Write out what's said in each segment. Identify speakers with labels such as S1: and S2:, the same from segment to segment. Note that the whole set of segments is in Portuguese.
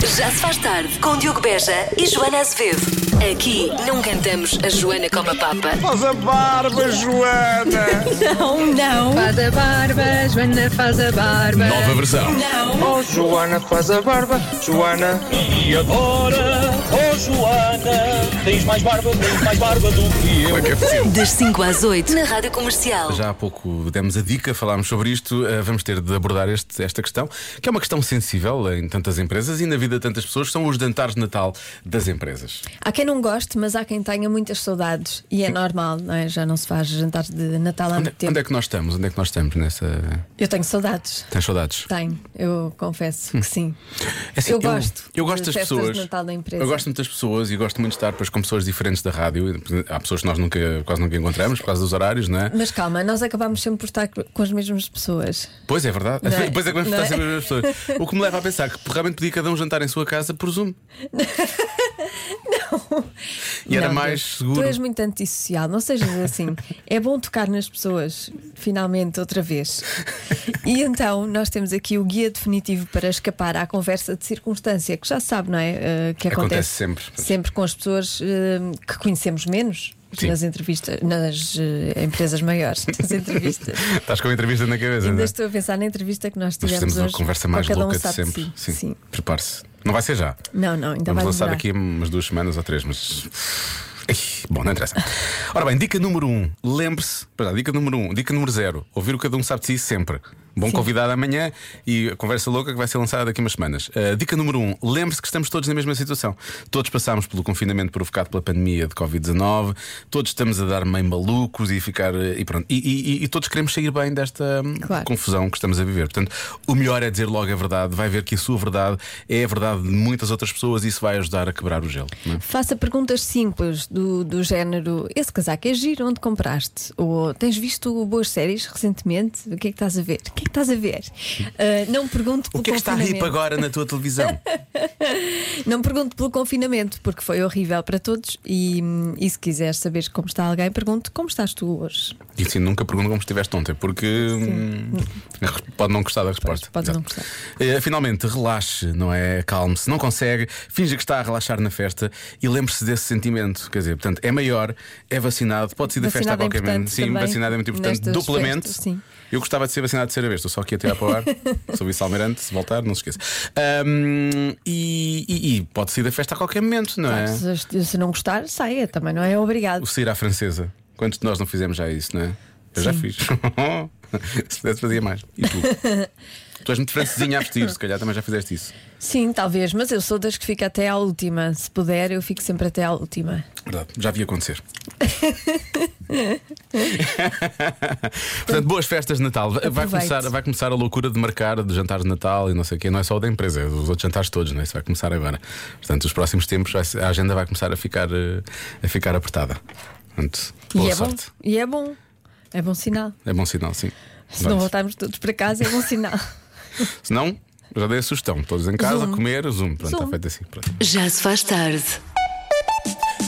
S1: Já se faz tarde com Diogo Beja e Joana Azevedo. Aqui não cantamos a Joana como a Papa.
S2: Faz a barba, Joana!
S3: Não, não,
S4: Faz a barba, Joana faz a barba.
S5: Nova versão.
S3: não.
S2: Oh, Joana, faz a barba, Joana!
S6: E agora, oh Joana, tens mais barba, muito mais barba do que eu.
S3: Oh.
S1: Das 5 às 8 na Rádio Comercial.
S5: é Já há pouco demos a dica, falámos sobre isto. eh, Vamos ter de abordar este- esta questão, que é uma questão sensível em tantas empresas e na vida de tantas pessoas, que são os jantares de Natal das empresas.
S3: Há quem não goste, mas há quem tenha muitas saudades. E é normal, não é? Já não se faz jantar de Natal há
S5: Onde,
S3: muito tempo.
S5: onde é que nós estamos? Onde é que nós estamos nessa.
S3: Eu tenho saudades.
S5: Tens saudades?
S3: Tenho, eu confesso
S5: Hum.
S3: que sim.
S5: É assim,
S3: Tá, eu, gosto.
S5: Eu gosto
S3: de
S5: das
S3: festas
S5: pessoas.
S3: De Natal da empresa.
S5: Eu gosto muito das pessoas e gosto muito de estar pois, com pessoas diferentes da rádio. Há pessoas que nós nunca, quase nunca encontramos por causa dos horários, não é?
S3: Mas calma, nós acabamos sempre por estar com as mesmas pessoas.
S5: Pois é verdade.
S3: Não é?
S5: Pois é que vamos
S3: Não
S5: estar
S3: é?
S5: sempre as mesmas pessoas. O que me leva a pensar que realmente podia cada um jantar em sua casa por Zoom. E era
S3: Não,
S5: mais
S3: Deus,
S5: seguro.
S3: Tu és muito antissocial, não sejas assim. é bom tocar nas pessoas, finalmente, outra vez. E então, nós temos aqui o guia definitivo para escapar à conversa de circunstância, que já se sabe, não é? Eh, que acontece,
S5: Acontece sempre.
S3: Sempre com as pessoas eh, que conhecemos menos.
S5: Sim.
S3: Nas entrevistas, nas eh, empresas maiores, nas entrevistas.
S5: Estás com a entrevista na cabeça, não
S3: Ainda
S5: é?
S3: estou a pensar na entrevista que nós
S5: Nós
S3: tivemos
S5: fizemos uma
S3: hoje,
S5: conversa
S3: com
S5: mais
S3: cada um
S5: louca de
S3: sabe
S5: sempre.
S3: si. Sim.
S5: Prepare-se. Não vai ser já.
S3: Não, não, ainda
S5: Vamos
S3: vai
S5: lançar
S3: demorar.
S5: aqui umas duas semanas ou três, mas. Ai, Bom, não interessa. Ora bem, dica número um. Lembre-se. espera lá, Dica número um. Dica número zero. Ouvir o Cada Um Sabe de Si sempre. Bom convidado amanhã e a conversa louca que vai ser lançada daqui a umas semanas. Ah, dica número um. Lembre-se que estamos todos na mesma situação. Todos passámos pelo confinamento provocado pela pandemia de Covid-19. Todos estamos a dar meio malucos e ficar. eh, E pronto. E, e- e todos queremos sair bem desta hum,
S3: Claro.
S5: confusão que estamos a viver. Portanto, o melhor é dizer logo a verdade. Vai ver que a sua verdade é a verdade de muitas outras pessoas e isso vai ajudar a quebrar o gelo. não é?
S3: Faça perguntas simples do, do género: esse casaco é giro, onde compraste? Ou tens visto boas séries recentemente? O que é que estás a ver? O que é que estás a ver? Ah, não pergunte pelo
S5: O que é que está
S3: confinamento.
S5: hip agora na tua televisão?
S3: Não pergunte pelo confinamento, porque foi horrível para todos. E, hum, e se quiseres saber como está alguém, pergunte como estás tu hoje.
S5: E assim, nunca pergunto como estiveste ontem, porque hum, pode não gostar da resposta.
S3: pode
S5: Exato.
S3: não gostar.
S5: Eh, Finalmente, relaxe, não é? Calme-se. Não consegue, finge que está a relaxar na festa e lembre-se desse sentimento. Quer dizer, portanto, é maior, é vacinado, pode sair da festa a
S3: Vacinado é
S5: qualquer momento.
S3: importante
S5: Sim,
S3: também
S5: vacinado é muito importante.
S3: nestas
S5: Duplamente.
S3: festas, sim.
S5: Eu gostava de ser vacinado a terceira vez, estou só aqui a tirar para o ar. Sou vice-almirante, se voltar, não se esqueça. Ahm, e, e- e pode sair da festa a qualquer momento, não é?
S3: Se, se não gostar, saia também, não é obrigado.
S5: o sair à francesa. Quantos de nós não fizemos já isso, não é? Eu já fiz. se pudesse, fazia mais. E tu? tu és muito francesinha a vestir, se calhar também já fizeste isso.
S3: Sim, talvez, mas eu sou das que fica até à última. Se puder, eu fico sempre até à última.
S5: Verdade, já vi acontecer. Portanto, boas festas de Natal. Vai- Vai
S3: Aproveite.
S5: começar, vai começar a loucura de marcar de jantares de Natal e não sei o quê. Não é só o da empresa, é dos outros jantares todos, não é? Isso vai começar agora. Portanto, os próximos tempos vai ser- a agenda vai começar a ficar, eh, a ficar apertada. Portanto, boa
S3: e é
S5: sorte.
S3: bom. E é bom. É bom sinal.
S5: É bom sinal, sim.
S3: Se não
S5: Vamos.
S3: voltarmos todos para casa, é bom sinal.
S5: Se não, já dei a sugestão. Todos em casa,
S3: Zoom.
S5: comer, zoom. Pronto, está
S3: Zoom.
S5: feito assim. Pronto.
S1: Já se faz tarde.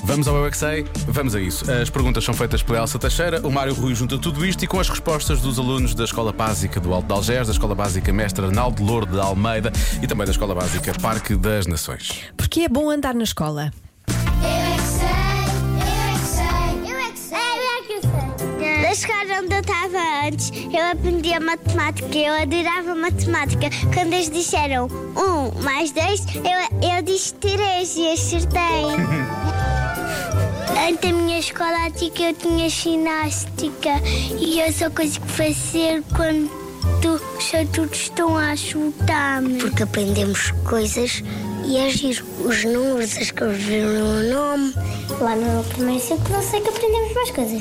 S5: Vamos ao Eu É Que Sei, vamos a isso. As perguntas são feitas pela Elsa Teixeira, o Mário Rui junta tudo isto e com as respostas dos alunos da Escola Básica do Alto de Algés, da Escola Básica Mestre Arnaldo Lourdes de Almeida e também da Escola Básica Parque das Nações.
S3: Porque é bom andar na escola.
S7: Eu é que sei, eu é que sei, eu é que sei, eu é que sei. Da escola onde eu estava antes, eu aprendia matemática, eu adorava matemática. Quando eles disseram um mais dois, eu, eu disse três e acertei. Antes da minha escola antiga eu tinha ginástica e eu só consigo fazer quando os adultos estão a ajudar-me. Porque aprendemos coisas e agir. Os números, as coisas no nome. Lá no primeiro ciclo eu sei que aprendemos mais coisas.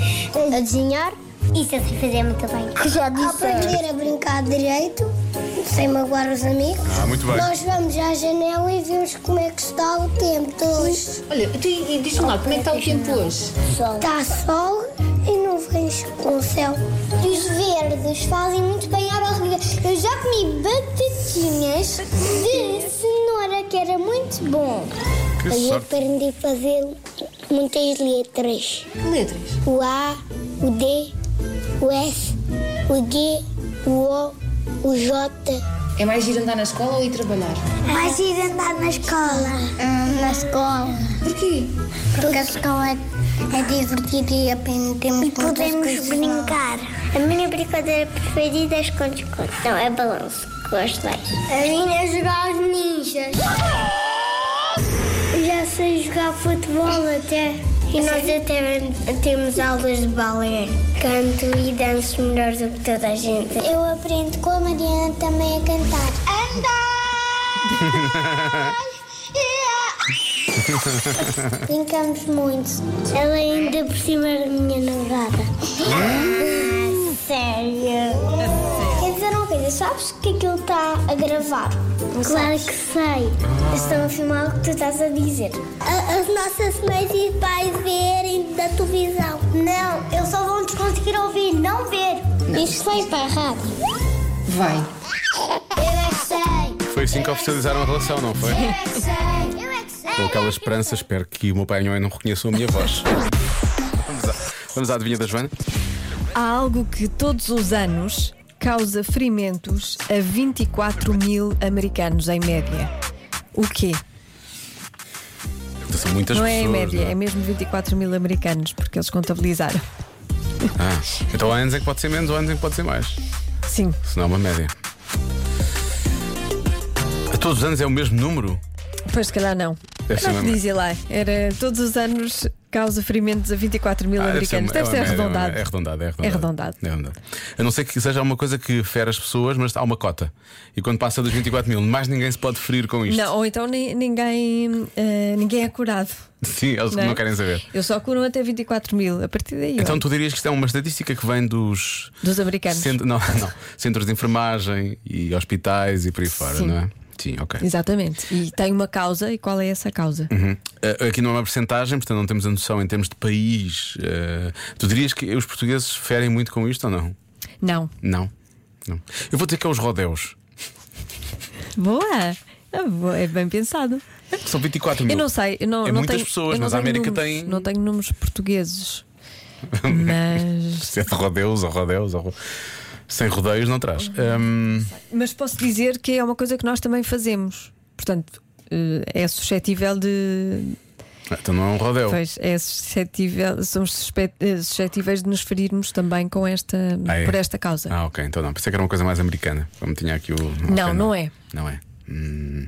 S7: A desenhar. Isso eu sei fazer muito bem. Que já disse. Aprender a brincar direito, sem magoar os amigos.
S5: Ah, muito bem.
S7: Nós vamos à janela e vemos como é que está o tempo hoje.
S8: Olha, tu, e diz-me lá, como é que está o tempo hoje?
S7: Está Tá sol e nuvens com céu. E os verdes fazem muito bem à barriga. Eu já comi batatinhas de cenoura, que era muito bom.
S5: Que
S7: Aí eu
S5: sorte.
S7: aprendi a fazer muitas letras.
S8: Que letras?
S7: O A, o D, o S, o G, o O, o J,
S8: É mais ir andar na escola ou ir trabalhar?
S7: Mais ir andar na escola. Ah, na escola.
S8: Porquê?
S7: Porque a escola é divertida e aprendemos E podemos brincar. A minha brincadeira preferida é esconde-esconde. Não, é balanço. Gosto mais. A minha é jogar aos ninjas. Já sei jogar futebol até. E nós até temos aulas de balé. Canto e danço melhor do que toda a gente. Eu aprendo com a Mariana também a cantar. Andar! Brincamos muito. Ela ainda por cima da minha namorada. Ah, É sério? Quer dizer uma coisa, sabes que aquilo está a gravar? claro que sei. Estão a filmar o que tu estás a dizer. as nossas mães e pais verem da televisão. Não, eles só vão te conseguir ouvir, não ver. Isso foi para a rádio.
S8: Vai.
S7: Eu é que sei.
S5: Foi assim que oficializaram a relação, não foi?
S7: Eu é que sei. Eu é que sei.
S5: Com aquela esperança, espero que o meu pai e a minha mãe não reconheçam a minha voz. Vamos à, vamos à adivinha da Joana?
S3: Há algo que todos os anos causa ferimentos a 24 mil americanos em média. O quê?
S5: São muitas
S3: não é
S5: pessoas.
S3: em média,
S5: não é?
S3: é mesmo 24 mil americanos, porque eles contabilizaram.
S5: Ah,
S3: é-
S5: então há anos em que pode ser menos, ou há anos em que pode ser mais.
S3: Sim,
S5: Se não é uma média. A todos os anos é o mesmo número?
S3: pois se calhar não.
S5: Deve ser
S3: não
S5: uma
S3: te
S5: mer-
S3: dizia lá, era todos os anos causa ferimentos a 24 mil
S5: Ah,
S3: americanos. Deve
S5: uma-
S3: ser
S5: é uma média,
S3: arredondado.
S5: É arredondado, é arredondado.
S3: É arredondado.
S5: É arredondado. A não ser que seja uma coisa que fere as pessoas, mas há uma cota. E quando passa dos 24 mil, mais ninguém se pode ferir com isto.
S3: Não, ou então ni- ninguém, eh, ninguém é curado.
S5: Sim, eles não,
S3: é?
S5: querem saber.
S3: Eu só curam até 24 mil, a partir daí.
S5: Então
S3: olha,
S5: tu dirias que isto é uma estatística que vem dos.
S3: Dos americanos.
S5: cent- não, não, centros de enfermagem e hospitais e por aí fora,
S3: Sim.
S5: não é? Sim, ok.
S3: Exatamente. E tem uma causa, e qual é essa causa?
S5: Uhum. Uh, Aqui não é uma porcentagem, portanto não temos a noção em termos de país. Uh, tu dirias que os portugueses ferem muito com isto ou não?
S3: Não.
S5: Não. não. Eu vou dizer que é os rodeos.
S3: Boa! É bo- É bem pensado.
S5: São 24 mil.
S3: Eu não sei, eu não,
S5: É
S3: não
S5: muitas
S3: tenho,
S5: pessoas,
S3: eu não
S5: mas a
S3: tenho
S5: América
S3: números,
S5: tem-
S3: Não tenho números portugueses, mas,
S5: Se é de rodeos ou rodeos ou. Sem rodeios não traz. Um,
S3: mas posso dizer que é uma coisa que nós também fazemos. Portanto, eh, é suscetível de.
S5: ah, então não é um rodeo.
S3: Pois, é suscetível, somos suspe- eh, suscetíveis de nos ferirmos também com esta,
S5: Ah, é?
S3: por esta causa.
S5: Ah, ok, então não. Pensei que era uma coisa mais americana. Como tinha aqui o.
S3: Não,
S5: ok,
S3: não é.
S5: Não é. Hum,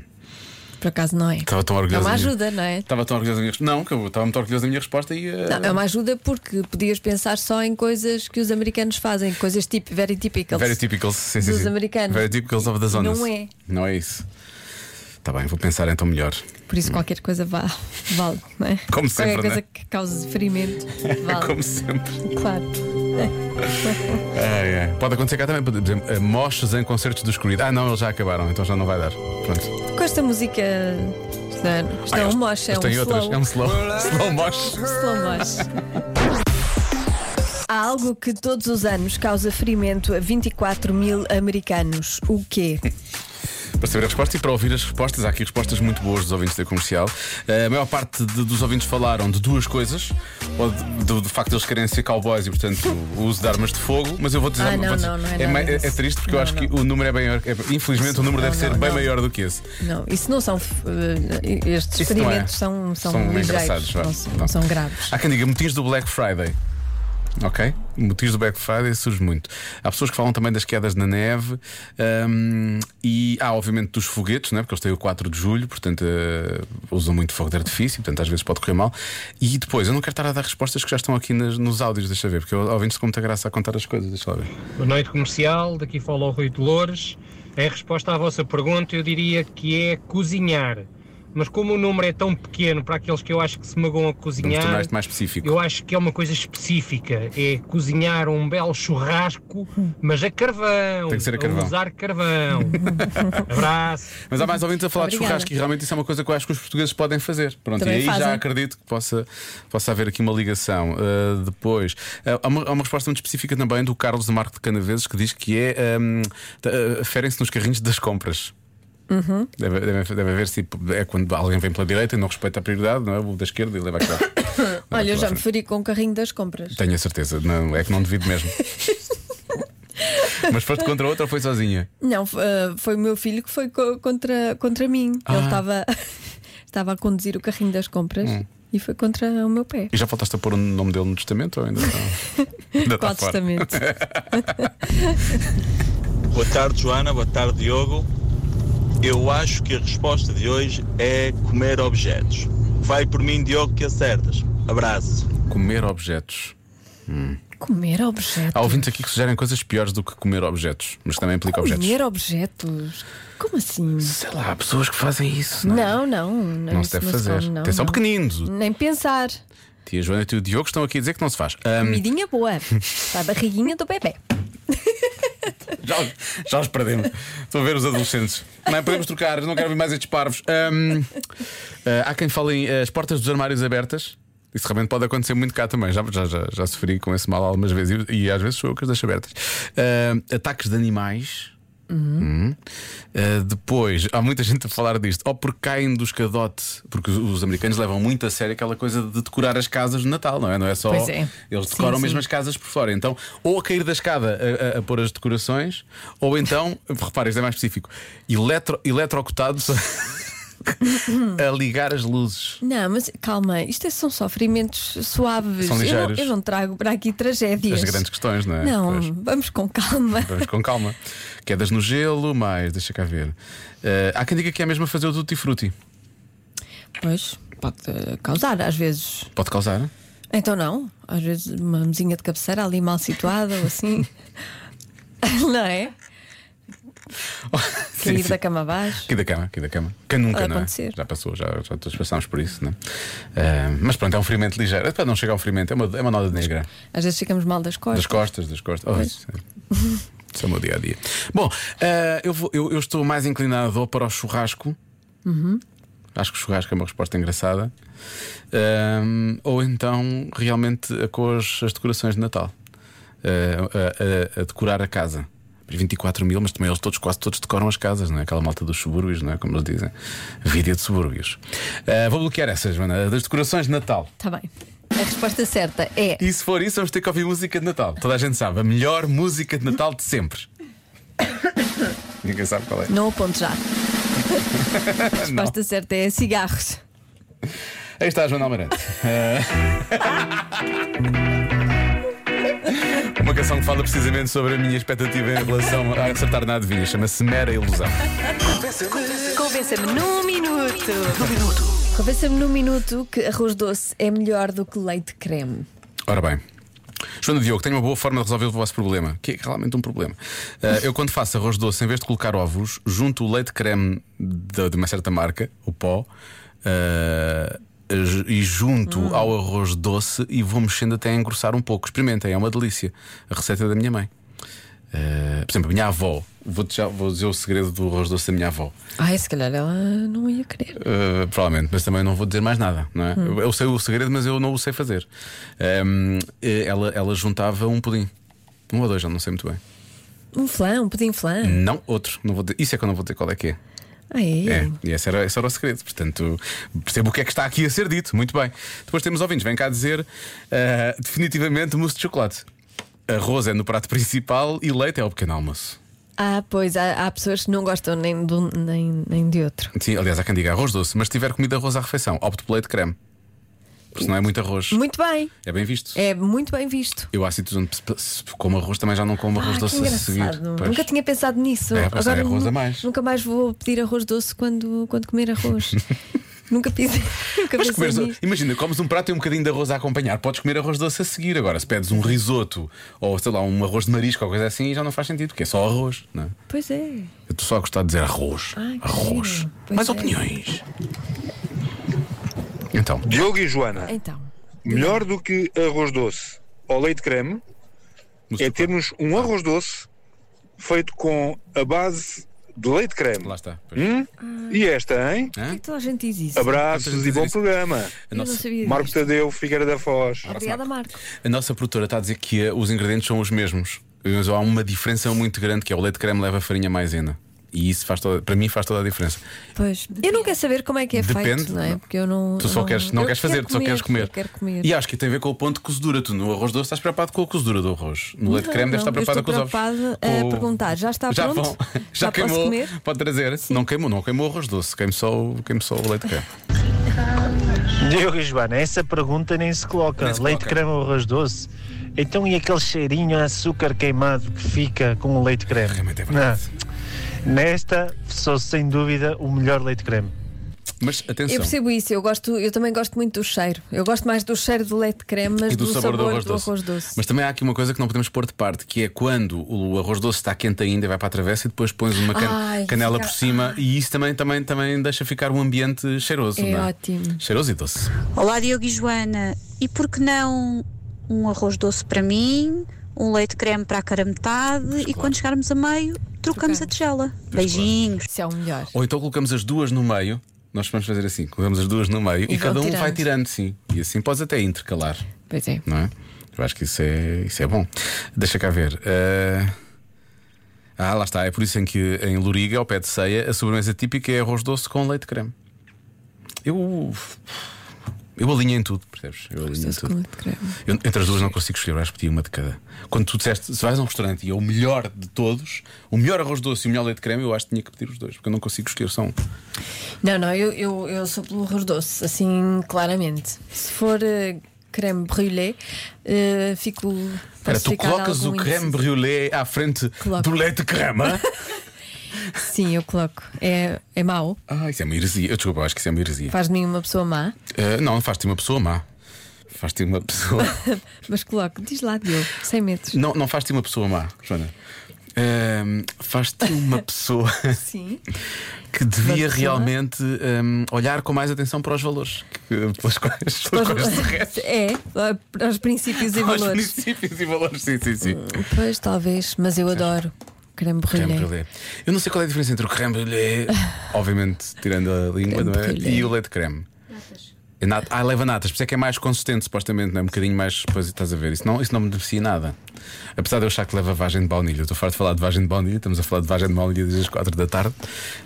S3: Por acaso não é?
S5: Estava tão
S3: É
S5: orgulhoso.
S3: uma
S5: da minha-
S3: ajuda, não é?
S5: Estava tão orgulhoso da minha resposta. Não, que eu estava muito orgulhoso da minha resposta e. uh,
S3: Não, é uma ajuda porque podias pensar só em coisas que os americanos fazem, coisas tipo very typical.
S5: Very typical sim, sim,
S3: dos
S5: sim.
S3: americanos.
S5: Very typicals of the zones.
S3: Não é.
S5: Não é isso. Tá bem, vou pensar então melhor.
S3: Por isso qualquer coisa va- vale, não é?
S5: Como sempre,
S3: Qualquer coisa
S5: né?
S3: que cause ferimento vale.
S5: É Como sempre.
S3: Claro.
S5: Ai, ai. Pode acontecer cá também, por exemplo, eh, moches em concertos do escurido. Ah, não, eles já acabaram, então já não vai dar. Pronto.
S3: Com esta música. Isto não, isto
S5: Ah,
S3: é
S5: eles-
S3: um mosh, Então, é
S5: eles
S3: um
S5: têm
S3: slow,
S5: outras. É um slow. slow mosh.
S3: slow mosh. Há algo que todos os anos causa ferimento a 24 mil americanos. O quê?
S5: Para saber a resposta e para ouvir as respostas, há aqui respostas muito boas dos ouvintes da comercial. Eh, A maior parte de- dos ouvintes falaram de duas coisas, ou de- do, do facto de eles querem ser cowboys e, portanto, o uso de armas de fogo, mas eu vou dizer
S3: Ah,
S5: vou
S3: não,
S5: dizer-
S3: não, não é
S5: é,
S3: nada
S5: mai- é- é
S3: disso.
S5: triste porque eu
S3: Não,
S5: acho
S3: não.
S5: que o número é bem. maior- é- infelizmente, o número
S3: Não,
S5: deve ser
S3: não,
S5: bem
S3: não.
S5: maior do que esse.
S3: Não, isso não são. eh, estes
S5: Isso não é.
S3: ferimentos são, são,
S5: São
S3: ligeiros,
S5: engraçados, vá.
S3: não, são-
S5: Não.
S3: são graves.
S5: Há quem diga motivos do Black Friday. Ok? Motivos do Black Friday surge muito. Há pessoas que falam também das quedas na neve hum, e há, obviamente, dos foguetes, né? porque eles têm o 4 de julho, portanto, eh, usam muito fogo de artifício, portanto, às vezes pode correr mal. E depois, eu não quero estar a dar respostas que já estão aqui nas- nos áudios, deixa eu ver, porque eu- ouvintes com muita graça a contar as coisas, deixa lá ver.
S9: Boa noite comercial, daqui fala o Rui Dolores. Em resposta à vossa pergunta, eu diria que é cozinhar. Mas como o número é tão pequeno para aqueles que eu acho que se magoam a
S5: Vamos
S9: cozinhar,
S5: tornar-te mais específico.
S9: eu acho que é uma coisa específica. É cozinhar um belo churrasco, mas a carvão.
S5: Tem que ser a carvão.
S9: usar carvão. Abraço.
S5: Mas há mais ouvintes a falar de
S3: Obrigada.
S5: churrasco e realmente isso é uma coisa que eu acho que os portugueses podem fazer. Pronto, e
S3: Também
S5: aí
S3: fazem.
S5: já acredito que possa, possa haver aqui uma ligação. Uh, depois, uh, há, uma, há uma resposta muito específica também do Carlos de Marco de Canaveses que diz que é. um, t- uh, ferem-se nos carrinhos das compras.
S3: Uhum.
S5: Deve, deve, deve haver se é quando alguém vem pela direita e não respeita a prioridade, não é? O da esquerda e leva aquela.
S3: Olha, eu já me feri com o carrinho das um compras.
S5: Tenho a certeza, não, é que não devido mesmo. Mas foste contra outra ou foi sozinha?
S3: Não, f- ah, foi o meu filho que foi co- contra, contra mim.
S5: Ah.
S3: Ele estava, estava a conduzir o carrinho das compras
S5: Hum.
S3: e foi contra o meu pé.
S5: E já faltaste a pôr o nome dele no testamento ou ainda não? Ainda
S3: Qual
S5: está tá fora.
S3: testamento?
S6: Boa tarde, Joana. Boa tarde, Diogo. Eu acho que a resposta de hoje é comer objetos. Vai por mim, Diogo, que acertas. Abraço.
S5: Comer objetos.
S3: Comer objetos.
S5: Há ouvintes aqui que sugerem coisas piores do que comer objetos, mas também implica objetos.
S3: Comer objetos? Como assim?
S5: Sei lá, há pessoas que fazem isso. Não, é?
S3: Não, não. Não,
S5: Não
S3: isso
S5: se deve
S3: não
S5: fazer.
S3: come, não,
S5: Atenção,
S3: não.
S5: pequeninos.
S3: Nem pensar.
S5: Tia Joana e o tio Diogo estão aqui a dizer que não se faz. Ahm,
S3: Comidinha boa. Para a barriguinha do bebê.
S5: já, os- já os perdemos. Estão a ver os adolescentes. Não, podemos trocar, não quero ver mais estes parvos. Ahm, ah, há quem fale em ah, as portas dos armários abertas. Isso realmente pode acontecer muito cá também. Já, já, já, já sofri com esse mal algumas vezes e, e às vezes sou eu que as deixo abertas. Ahm, ataques de animais.
S3: Uhum.
S5: Hum. Ah, depois, há muita gente a falar disto. Ou porque caem do escadote, porque os, os americanos levam muito a sério aquela coisa de decorar as casas de Natal, não é? Não é só.
S3: Pois é.
S5: Eles
S3: Sim,
S5: decoram
S3: sim.
S5: mesmo as casas por fora. Então, ou a cair da escada a, a- a pôr as decorações, ou então, repara, isto é mais específico, eletro, eletrocutados a ligar as luzes.
S3: Não, mas calma, isto é- são sofrimentos suaves.
S5: São
S3: eu, não,
S5: ligeiros.
S3: eu não trago para aqui tragédias.
S5: As grandes questões, não é?
S3: Não,
S5: Pois.
S3: vamos com calma.
S5: Vamos com calma. Quedas no gelo, mais, deixa cá ver. Eh, há quem diga que é mesmo a fazer o tutti frutti.
S3: Pois, pode eh, causar, às vezes.
S5: Pode causar?
S3: Então não, às vezes uma mesinha de cabeceira ali mal situada ou assim. não é?
S5: Sim,
S3: Cair
S5: sim.
S3: da cama abaixo.
S5: Aqui da cama, aqui da cama. Que nunca,
S3: Pode
S5: não é?
S3: acontecer.
S5: Já passou, já, já todos passámos por isso, não é? Eh, mas pronto, é um ferimento ligeiro. Epá, não chega a um ferimento, é uma, é uma noda negra.
S3: Às vezes ficamos mal das costas.
S5: Das costas, das costas. Oh, isso, é. Isso é o meu dia a dia. Bom, eh, eu, vou- eu- eu estou mais inclinado ou para o churrasco. Acho que o churrasco é uma resposta engraçada. Ahm, ou então realmente a cores, as decorações de Natal. Eh, a, a- a decorar a casa. 24 mil, mas também eles todos, quase todos decoram as casas, não é? Aquela malta dos subúrbios, não é? Como eles dizem. Vídeo de subúrbios. Eh, vou bloquear essas, Joana. Das decorações de Natal.
S3: Está Tá bem. A resposta certa é.
S5: E se for isso, vamos ter que ouvir música de Natal. Toda a gente sabe, a melhor música de Natal de sempre. Ninguém sabe qual é.
S3: Não aponto já. A resposta certa é cigarros.
S5: Aí está a Joana Almarante. Eh, Uma canção que fala precisamente sobre a minha expectativa em relação a acertar na adivinha. Chama-se Mera Ilusão.
S3: Convença-me num minuto. Num minuto. Convença-me num minuto que arroz doce é melhor do que leite creme.
S5: Ora bem. Joana Diogo, tenho uma boa forma de resolver o vosso problema, que é realmente um problema. Eh, eu, quando faço arroz doce, em vez de colocar ovos, junto o leite creme de, de uma certa marca, o pó, eh, ju- e junto ao arroz doce e vou mexendo até engrossar um pouco. Experimentem, é uma delícia. A receita da minha mãe. Eh, por exemplo, a minha avó, vou, já, vou dizer o segredo do arroz doce da minha avó.
S3: Ai, se calhar ela não ia querer.
S5: Uh, provavelmente, mas também não vou dizer mais nada, não é? Eu- Eu sei o segredo, mas eu não o sei fazer. Um, eh, ela, ela juntava um pudim. Um ou dois, já não sei muito bem.
S3: Um flan, um pudim flan. Ah,
S5: Não, outro. Não vou dizer- Isso é que eu não vou dizer qual é que é.
S3: Ai,
S5: É, e esse era, esse era o segredo. Portanto, percebo o que é que está aqui a ser dito. Muito bem. Depois temos ouvintes, vem cá dizer eh, definitivamente mousse de chocolate. Arroz é no prato principal e leite é o pequeno almoço.
S3: Ah, pois, há, há pessoas que não gostam nem de, um, nem, nem de outro.
S5: Sim, aliás, há quem diga arroz doce, mas se tiver comida arroz à refeição, opto pelo leite creme. Porque senão é muito arroz.
S3: Muito bem,
S5: É bem visto.
S3: é muito bem visto.
S5: Eu há sítios onde se- se como arroz também já não como arroz
S3: Ah, que
S5: doce a seguir.
S3: engraçado.
S5: Pois.
S3: Nunca tinha pensado nisso.
S5: É, pois, é arroz a
S3: nu-
S5: mais.
S3: Nunca mais vou pedir arroz doce quando, quando comer arroz. nunca pedi. Nunca
S5: Mas
S3: pensei
S5: comeres-
S3: nisso.
S5: imagina, comes um prato e um bocadinho de arroz a acompanhar, podes comer arroz doce a seguir. Agora, se pedes um risoto ou sei lá, um arroz de marisco ou coisa assim, já não faz sentido, porque é só arroz. Não é?
S3: Pois é.
S5: Eu estou só a gostar de dizer arroz.
S3: Ai, Ah, que
S5: arroz.
S3: giro. Pois
S5: Mais
S3: é.
S5: opiniões. Então,
S10: Diogo e Joana,
S3: Então,
S10: melhor do que arroz doce ou leite creme é termos um arroz doce feito com a base de leite creme.
S5: lá está. pois.
S10: E esta, hein?
S3: por que é que toda a gente diz isso?
S10: Abraços e bom
S5: Isso.
S10: programa.
S5: A
S3: Eu não
S5: nossa,
S3: sabia
S10: Marco
S3: disto.
S10: Tadeu, Figueira da Foz.
S3: Obrigada, Marco.
S5: a nossa produtora está a dizer que eh, os ingredientes são os mesmos, mas há uma diferença muito grande que é o leite creme leva farinha maisena. E isso faz toda, para mim faz toda a diferença.
S3: Pois. Eu não quero saber como é que é
S5: Depende,
S3: feito, não é?
S5: não.
S3: Porque eu não.
S5: Tu
S3: eu
S5: só queres, não
S3: eu
S5: queres
S3: quero
S5: fazer, tu só queres comer.
S3: eu quero comer.
S5: E acho que tem a ver com o ponto de cozedura. Tu no arroz doce estás preocupado com a cozedura do arroz. No leite de
S3: Não,
S5: creme deves
S3: não,
S5: estar preocupado
S3: eu
S5: com os
S3: estou
S5: ovos.
S3: preocupada a
S5: Com o-
S3: perguntar, já está
S5: já
S3: pronto?
S5: vão- já,
S3: Já posso
S5: queimou.
S3: comer?
S5: Pode trazer. Não queimou, não queimou o arroz doce. Queimou só, o- queimou só o leite de creme.
S11: Diogo e Joana, essa pergunta nem se coloca.
S5: Nem se
S11: leite
S5: coloca.
S11: creme ou arroz doce? Então e aquele cheirinho a açúcar queimado que fica com o leite creme? Realmente é verdade. Nesta, sou sem dúvida o melhor leite creme.
S5: Mas atenção.
S3: Eu percebo isso, eu, gosto, eu também gosto muito do cheiro. Eu gosto mais do cheiro do leite de creme, mas
S5: E do, sabor, do, arroz, doce.
S3: doce.
S5: Mas também há aqui uma coisa que não podemos pôr de parte, que é quando o arroz doce está quente ainda, vai para a travessa e depois pões uma can-
S3: Ai,
S5: canela
S3: fica-
S5: por cima e isso também, também, também deixa ficar um ambiente cheiroso.
S12: É
S5: não
S12: ótimo.
S5: Cheiroso e doce.
S12: Olá, Diogo e Joana. E por que não um arroz doce para mim, um leite creme para a cara metade e quando chegarmos a meio, trocamos a tigela. Beijinhos.
S3: Isso é o melhor.
S5: Ou então colocamos as duas no meio. Nós vamos fazer assim, colocamos as duas no meio
S3: E
S5: e,
S3: vão
S5: cada um vai
S3: tirando.
S5: tirando, sim. E assim podes até intercalar.
S3: Pois é.
S5: Não é? Eu acho que isso é, isso é bom. Deixa cá ver. Eh, Ah, lá está. É por isso em que em Loriga, ao pé de ceia, a sobremesa típica é arroz doce com leite de creme. Eu. Eu alinho em tudo, percebes? Eu alinho em tudo. Eu, entre as duas não consigo escolher, eu acho que pedi uma de cada. Quando tu disseste, se vais a um restaurante e é o melhor de todos, o melhor arroz doce e o melhor leite de creme, eu acho que tinha que pedir os dois, porque eu não consigo escolher só um.
S3: Não, não, eu, eu, eu sou pelo arroz doce, assim, claramente. Se for eh, creme brûlée, eh, fico.
S5: Espera,
S3: posso
S5: tu
S3: ficar
S5: colocas o
S3: algum
S5: creme
S3: indeciso.
S5: brûlée à frente do leite creme? hã?
S3: Sim, eu coloco. É, é mau?
S5: ah, isso é uma heresia. Eu, desculpa, eu acho que isso é uma heresia.
S3: Faz de mim uma pessoa má,
S5: Eh, não, faz-te uma pessoa má. Faz-te uma pessoa.
S3: mas coloco. Diz lá, Diogo, sem medos.
S5: não, não faz-te uma pessoa má, Joana. Ehm, faz-te uma pessoa
S3: Sim.
S5: que devia
S3: Uma pessoa?
S5: realmente ehm, olhar com mais atenção para os valores que, pelas quais, pelas quais se rege.
S3: é, eh, aos princípios e
S5: Aos
S3: valores.
S5: princípios e valores, sim, sim, sim.
S3: Pois, talvez, mas eu adoro creme
S5: Creme
S3: brûlée.
S5: brûlée. Eu não sei qual é a diferença entre o creme brûlée, obviamente tirando a língua, não é?
S3: brûlée.
S5: E o leite creme. É nata- Ah, leva natas, por isso é que é mais consistente, supostamente, não é? Um bocadinho mais. Pois estás a ver, isso não, isso não me beneficia nada. Apesar de eu achar que leva vagem de baunilha, eu estou farto de falar de vagem de baunilha, estamos a falar de vagem de baunilha desde as 4 da tarde.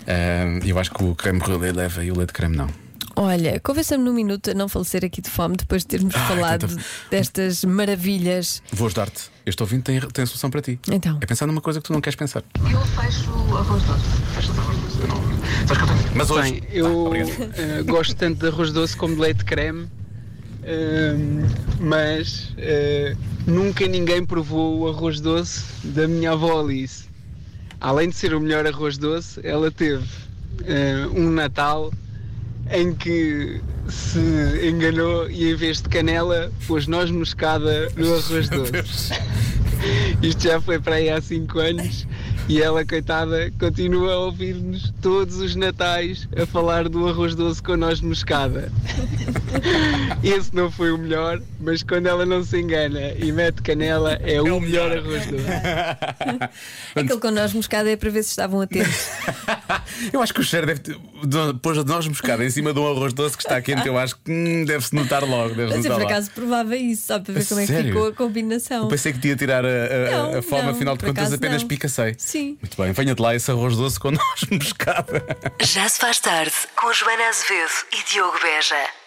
S5: Ah, E eu acho que o creme brûlée leva e o leite creme não.
S3: Olha, convença-me num minuto a não falecer aqui de fome depois de termos
S5: Ah,
S3: falado
S5: tanta-
S3: destas maravilhas.
S5: Vou ajudar-te. Este ouvinte tem, tem a solução para ti.
S3: Então.
S5: É pensar numa coisa que tu não queres pensar.
S13: Eu fecho o arroz
S5: Mas hoje.
S13: Bem, eu eh, gosto tanto de arroz doce como de leite de creme, ehm, mas eh, nunca ninguém provou o arroz doce da minha avó Alice. Além de ser o melhor arroz doce, ela teve eh, um Natal em que se enganou e em vez de canela pôs noz moscada no arroz doce. Isto já foi para aí há 5 anos e ela, coitada, continua a ouvir-nos todos os natais a falar do arroz doce com noz moscada. Esse não foi o melhor, mas quando ela não se engana e mete canela, é, o melhor arroz doce.
S3: Aquele com nós moscada é para ver se estavam atentos.
S5: Eu acho que o cheiro deve ter. de- Depois de nós moscada em cima de um arroz doce que está quente, eu acho que hum, deve-se notar logo. Deve-se
S3: Mas eu
S5: notar
S3: por
S5: logo.
S3: acaso provava isso, só para ver
S5: A
S3: como é que
S5: sério?
S3: ficou a combinação.
S5: Eu pensei que te ia tirar a, a,
S3: Não,
S5: a forma,
S3: não,
S5: afinal de
S3: por
S5: contas,
S3: acaso
S5: apenas
S3: não.
S5: pica-sei.
S3: Sim.
S5: Muito bem, venha de lá esse arroz doce com nós moscada.
S1: Já se faz tarde com Joana Azevedo e Diogo Beja.